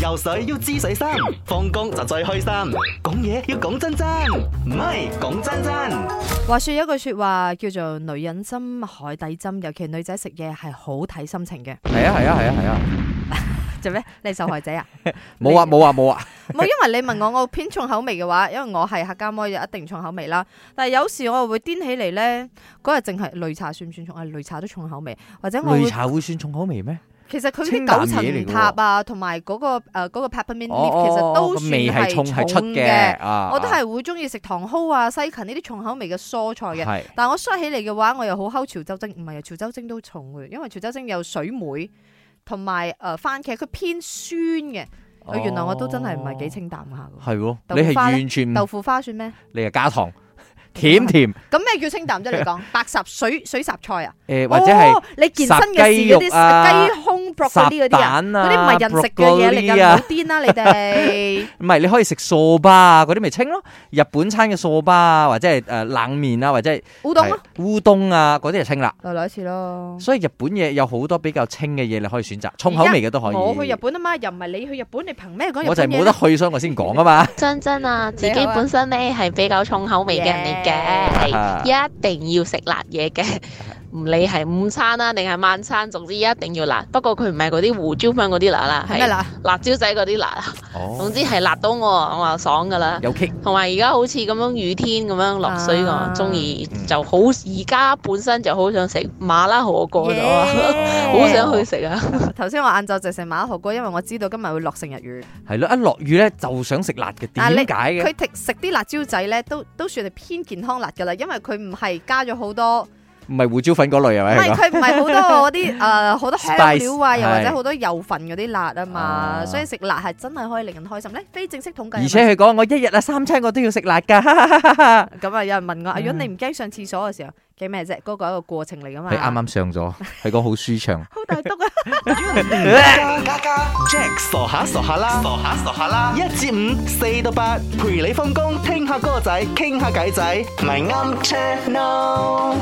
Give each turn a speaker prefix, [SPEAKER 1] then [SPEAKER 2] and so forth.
[SPEAKER 1] 游水要知水深，放工就最開心。講嘢要講真真，唔係講真真。
[SPEAKER 2] 話說有一句說話叫做女人心海底針，尤其女仔食嘢係好睇心情嘅。
[SPEAKER 3] 係啊係啊係啊係啊，
[SPEAKER 2] 做咩？你係受害者啊？
[SPEAKER 3] 冇啊冇啊冇啊，
[SPEAKER 2] 冇，因為你問我我偏重口味嘅話，因為我係客家妹，一定重口味啦。但係有時我會癲起嚟咧，嗰日淨係擂茶算唔算重啊？擂茶都重口味，或者我會
[SPEAKER 3] 擂茶會算重口味咩？
[SPEAKER 2] 其實佢啲
[SPEAKER 3] 清淡
[SPEAKER 2] 九
[SPEAKER 3] 嘢嚟
[SPEAKER 2] 層
[SPEAKER 3] 㗎喎
[SPEAKER 2] 塔啊，同埋嗰個誒嗰個 peppermint
[SPEAKER 3] 哦哦
[SPEAKER 2] leaf 其實都
[SPEAKER 3] 個
[SPEAKER 2] 算
[SPEAKER 3] 味係
[SPEAKER 2] 係
[SPEAKER 3] 重係出
[SPEAKER 2] 重
[SPEAKER 3] 嘅，啊
[SPEAKER 2] 我都係會中意食糖蒿啊、西芹呢啲重口味嘅蔬菜嘅。
[SPEAKER 3] 係
[SPEAKER 2] 但我衰起嚟嘅話，我又好溝潮州蒸，唔係啊，潮州蒸都重嘅，因為潮州蒸有水梅同埋誒番茄，佢偏酸嘅。
[SPEAKER 3] 哦
[SPEAKER 2] 原來我都真係唔係幾清淡下嘅。
[SPEAKER 3] 係喎，
[SPEAKER 2] 豆
[SPEAKER 3] 你係
[SPEAKER 2] 花呢
[SPEAKER 3] 完全唔
[SPEAKER 2] 豆腐花算咩？
[SPEAKER 3] 你係加糖甜甜
[SPEAKER 2] 咁咩叫清淡啫？你 講白霎水水霎菜啊，
[SPEAKER 3] 誒，或者係
[SPEAKER 2] 哦你健身嘅事嗰
[SPEAKER 3] 烚雞肉啊
[SPEAKER 2] 啲雞胸卜嗰啲嗰
[SPEAKER 3] 烚
[SPEAKER 2] 啲啊，
[SPEAKER 3] 蛋
[SPEAKER 2] 嗰
[SPEAKER 3] 啊，
[SPEAKER 2] 啲唔係人食嘅嘢嚟
[SPEAKER 3] broccoli
[SPEAKER 2] 㗎，唔
[SPEAKER 3] 啊
[SPEAKER 2] 好癲啦你 哋。
[SPEAKER 3] 唔係，你可以食素巴啊，嗰啲咪清咯。日本餐嘅素巴啊，或者係誒冷麵啊，或者係
[SPEAKER 2] 烏冬咯，
[SPEAKER 3] 烏冬啊，嗰啲就清啦。
[SPEAKER 2] 來來一次咯。
[SPEAKER 3] 所以日本嘢有好多比較清嘅嘢你可以選擇，重口味嘅都可以。
[SPEAKER 2] 我去日本啊嘛，又唔係你去日本，你憑咩講日
[SPEAKER 3] 我就
[SPEAKER 2] 本
[SPEAKER 3] 係冇
[SPEAKER 2] 嘢啊
[SPEAKER 3] 得
[SPEAKER 2] 呢？
[SPEAKER 3] 去，所以我先講啊嘛。
[SPEAKER 4] 真真啊，自己
[SPEAKER 2] 你好啊
[SPEAKER 4] 本身咧係比較重口味嘅人
[SPEAKER 3] Yeah
[SPEAKER 4] 嚟嘅，一定要食辣嘢嘅，唔理係午餐啦定係晚餐，總之一定要辣。不過佢唔係嗰啲胡椒粉嗰啲辣啦，
[SPEAKER 2] 係咩啦？
[SPEAKER 4] 辣椒仔嗰啲辣啊。總
[SPEAKER 3] 哦，
[SPEAKER 4] 之係辣到我，我就爽噶啦。
[SPEAKER 3] 有 kick
[SPEAKER 4] 同埋而家好似咁樣雨天咁樣落水
[SPEAKER 2] 啊
[SPEAKER 4] 我中意就好。而家本身就好想食麻辣火鍋咗啊，
[SPEAKER 2] Yeah
[SPEAKER 4] 好想去食啊！
[SPEAKER 2] 頭先我晏晝就食麻辣火鍋，因為我知道今日會落成日雨。
[SPEAKER 3] 係咯，一落雨咧就想食辣嘅，
[SPEAKER 2] 但係
[SPEAKER 3] 點解嘅？
[SPEAKER 2] 佢食食啲辣椒仔咧，都都算係偏健康辣噶啦，因為佢唔係加咗好多，
[SPEAKER 3] 唔係胡椒粉嗰類啊係
[SPEAKER 2] 唔
[SPEAKER 3] 咪？
[SPEAKER 2] 係佢唔係好多嗰啲 誒好多香
[SPEAKER 3] Spice，
[SPEAKER 2] 料啊，又或者
[SPEAKER 3] 係
[SPEAKER 2] 好多油份嗰啲辣啊嘛，
[SPEAKER 3] 啊
[SPEAKER 2] 所以食辣係真係可以令人開心咧。非正式統計，
[SPEAKER 3] 而且佢講我一日啊三餐我都要食辣㗎，哈哈哈哈
[SPEAKER 2] 咁啊，有人問我：，阿
[SPEAKER 3] 嗯
[SPEAKER 2] 如果你唔驚上廁所嘅時候，幾咩啫？嗰個係一個過程嚟噶嘛。
[SPEAKER 3] 佢啱啱啊上咗，佢講好舒暢。
[SPEAKER 2] 好大篤啊！
[SPEAKER 1] 加加 Jack 傻下傻下啦，呃傻下傻下啦，一至五四到八，陪你放工，聽下歌仔，傾下偈仔，咪啱 channel。